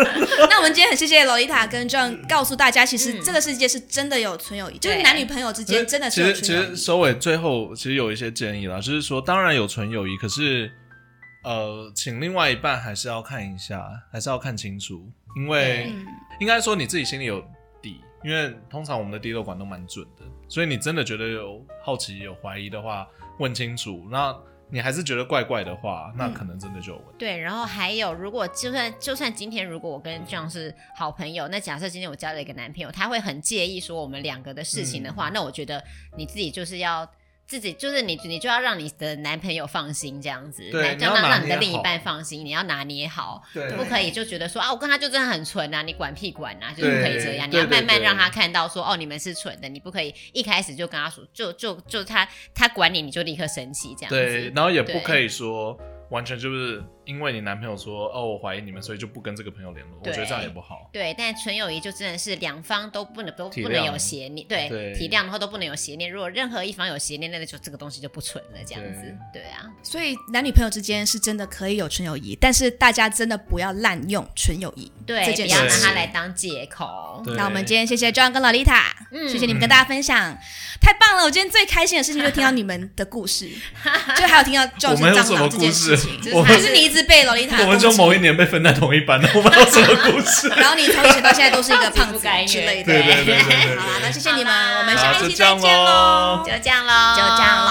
[SPEAKER 1] 那我们今天很谢谢洛丽塔跟 John 告诉大家，其
[SPEAKER 2] 嗯
[SPEAKER 1] 实这个世界是真的有纯友谊，就是
[SPEAKER 2] 对
[SPEAKER 1] 男女朋友之间真的是
[SPEAKER 3] 其
[SPEAKER 1] 有
[SPEAKER 3] 实
[SPEAKER 1] 纯
[SPEAKER 3] 其
[SPEAKER 1] 友
[SPEAKER 3] 实
[SPEAKER 1] 谊。
[SPEAKER 3] 收尾最后其实有一些建议啦，就是说当然有纯友谊，可是呃，请另外一半还是要看一下，还是要看清楚，因为
[SPEAKER 1] 嗯
[SPEAKER 3] 应该说你自己心里有底，因为通常我们的第六感都蛮准的，所以你真的觉得有好奇有怀疑的话，问清楚。那你还是觉得怪怪的话，那可能真的就有问题。
[SPEAKER 2] 对，然后还有，如果就算就算今天如果我跟 John 是好朋友，那假设今天我交了一个男朋友，他会很介意说我们两个的事情的话，
[SPEAKER 3] 嗯
[SPEAKER 2] 那我觉得你自己就是要自己就是你你就要让你的男朋友放心这样子，
[SPEAKER 3] 对
[SPEAKER 2] 让
[SPEAKER 3] 你要
[SPEAKER 2] 让
[SPEAKER 3] 拿
[SPEAKER 2] 让你的
[SPEAKER 3] 捏
[SPEAKER 2] 另一
[SPEAKER 3] 好
[SPEAKER 2] 半放心，你要拿捏好，
[SPEAKER 3] 对
[SPEAKER 2] 不可以就觉得说啊，我跟他就真的很纯啊，你管屁管啊，就是不可以这样，你
[SPEAKER 3] 对
[SPEAKER 2] 要慢
[SPEAKER 3] 对
[SPEAKER 2] 慢
[SPEAKER 3] 对
[SPEAKER 2] 让他看到说哦，你们是纯的，你不可以一开始就跟他说就就就他他管你你就立刻生气这样子，
[SPEAKER 3] 对，然后也不
[SPEAKER 2] 对
[SPEAKER 3] 可以说完全就是因为你男朋友说哦，我怀疑你们，所以就不跟这个朋友联络。我觉得
[SPEAKER 2] 对
[SPEAKER 3] 这样也不好。
[SPEAKER 2] 对，但纯友谊就真的是两方都不能都
[SPEAKER 3] 体
[SPEAKER 2] 不能
[SPEAKER 3] 谅
[SPEAKER 2] 有邪念，对，
[SPEAKER 3] 对
[SPEAKER 2] 体谅，然后都不能有邪念。如果任何一方有邪念，那就这个东西就不纯了，这样子，对啊，
[SPEAKER 1] 所以男女朋友之间是真的可以有纯友谊，但是大家真的不要滥用纯友谊这
[SPEAKER 2] 对，
[SPEAKER 1] 件
[SPEAKER 2] 不
[SPEAKER 1] 事
[SPEAKER 2] 要
[SPEAKER 1] 情。
[SPEAKER 2] 拿它来当借口。
[SPEAKER 3] 对
[SPEAKER 1] 那我们今天谢谢 John 跟 Lolita，、
[SPEAKER 2] 嗯
[SPEAKER 1] 谢谢你们跟大家分享，太棒了！我今天最开心的事情就是听到你们的故事，就还有听到 John
[SPEAKER 3] 我
[SPEAKER 1] 是
[SPEAKER 3] 们有
[SPEAKER 1] 蟑
[SPEAKER 3] 什么
[SPEAKER 1] 螂这
[SPEAKER 3] 故
[SPEAKER 1] 件
[SPEAKER 3] 事
[SPEAKER 1] 事情，？
[SPEAKER 2] 是
[SPEAKER 3] 我
[SPEAKER 2] 他
[SPEAKER 1] 还
[SPEAKER 3] 们
[SPEAKER 1] 是你一直被 Lolita
[SPEAKER 3] 我们就
[SPEAKER 1] 攻击
[SPEAKER 3] 某一年被分在同一班了，我们有什么故事？
[SPEAKER 1] 然后你从以前到现在都是一个胖
[SPEAKER 2] 不
[SPEAKER 1] 子
[SPEAKER 2] 甘愿
[SPEAKER 1] 之类的。
[SPEAKER 3] 对对对对对对
[SPEAKER 1] 好啦，那谢谢你
[SPEAKER 2] 好啦
[SPEAKER 1] 们，我们
[SPEAKER 3] 好
[SPEAKER 1] 下一
[SPEAKER 3] 就
[SPEAKER 1] 期
[SPEAKER 3] 这
[SPEAKER 1] 再
[SPEAKER 3] 样
[SPEAKER 1] 见喽
[SPEAKER 3] 咯。
[SPEAKER 2] 就这样喽，
[SPEAKER 1] 就这样